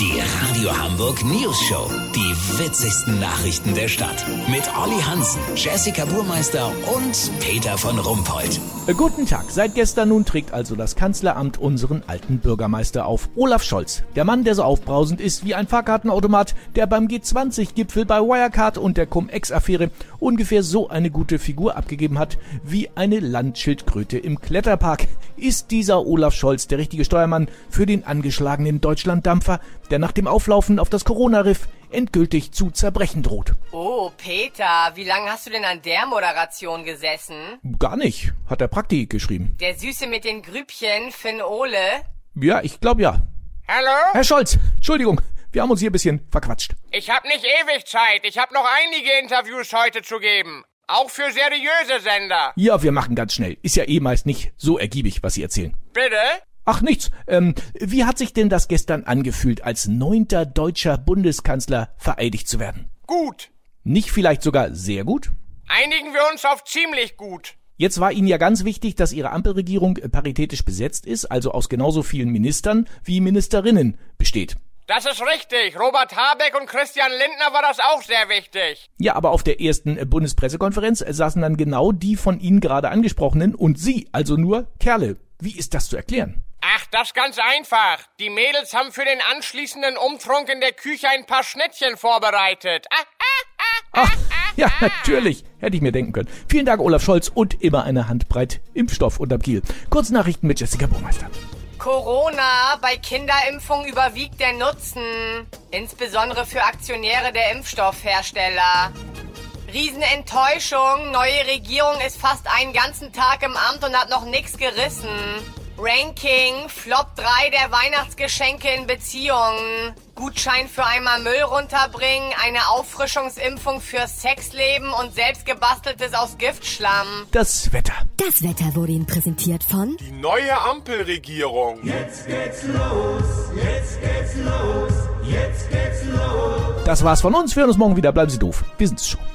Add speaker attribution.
Speaker 1: Die Radio Hamburg News Show. Die witzigsten Nachrichten der Stadt. Mit Olli Hansen, Jessica Burmeister und Peter von Rumpold.
Speaker 2: Äh, Guten Tag. Seit gestern nun trägt also das Kanzleramt unseren alten Bürgermeister auf. Olaf Scholz. Der Mann, der so aufbrausend ist wie ein Fahrkartenautomat, der beim G20-Gipfel bei Wirecard und der Cum-Ex-Affäre ungefähr so eine gute Figur abgegeben hat wie eine Landschildkröte im Kletterpark. Ist dieser Olaf Scholz der richtige Steuermann für den angeschlagenen Deutschlanddampfer, der nach dem Auflaufen auf das Corona-Riff endgültig zu zerbrechen droht?
Speaker 3: Oh, Peter, wie lange hast du denn an der Moderation gesessen?
Speaker 2: Gar nicht, hat der Praktik geschrieben.
Speaker 3: Der Süße mit den Grübchen, Finn Ole.
Speaker 2: Ja, ich glaube ja.
Speaker 4: Hallo?
Speaker 2: Herr Scholz, Entschuldigung, wir haben uns hier ein bisschen verquatscht.
Speaker 4: Ich hab nicht ewig Zeit. Ich hab noch einige Interviews heute zu geben. Auch für seriöse Sender.
Speaker 2: Ja, wir machen ganz schnell. Ist ja eh meist nicht so ergiebig, was Sie erzählen.
Speaker 4: Bitte?
Speaker 2: Ach nichts. Ähm, wie hat sich denn das gestern angefühlt, als neunter deutscher Bundeskanzler vereidigt zu werden?
Speaker 4: Gut.
Speaker 2: Nicht vielleicht sogar sehr gut?
Speaker 4: Einigen wir uns auf ziemlich gut.
Speaker 2: Jetzt war Ihnen ja ganz wichtig, dass Ihre Ampelregierung äh, paritätisch besetzt ist, also aus genauso vielen Ministern wie Ministerinnen besteht.
Speaker 4: Das ist richtig. Robert Habeck und Christian Lindner war das auch sehr wichtig.
Speaker 2: Ja, aber auf der ersten äh, Bundespressekonferenz äh, saßen dann genau die von Ihnen gerade angesprochenen und Sie, also nur Kerle. Wie ist das zu erklären?
Speaker 4: Ach, das ganz einfach. Die Mädels haben für den anschließenden Umtrunk in der Küche ein paar Schnittchen vorbereitet. Ah, ah, ah.
Speaker 2: Ach, ja, natürlich. Hätte ich mir denken können. Vielen Dank, Olaf Scholz, und immer eine Handbreit Impfstoff unterm Kiel. Kurznachrichten mit Jessica Burmeister.
Speaker 3: Corona, bei Kinderimpfung überwiegt der Nutzen. Insbesondere für Aktionäre der Impfstoffhersteller. Riesenenttäuschung, neue Regierung ist fast einen ganzen Tag im Amt und hat noch nichts gerissen. Ranking, Flop 3 der Weihnachtsgeschenke in Beziehungen. Gutschein für einmal Müll runterbringen, eine Auffrischungsimpfung fürs Sexleben und selbstgebasteltes aus Giftschlamm.
Speaker 2: Das Wetter.
Speaker 5: Das Wetter wurde Ihnen präsentiert von
Speaker 4: Die neue Ampelregierung.
Speaker 6: Jetzt geht's los, jetzt geht's los, jetzt geht's los.
Speaker 2: Das war's von uns. Wir hören uns morgen wieder. Bleiben Sie doof. Wir sind's schon.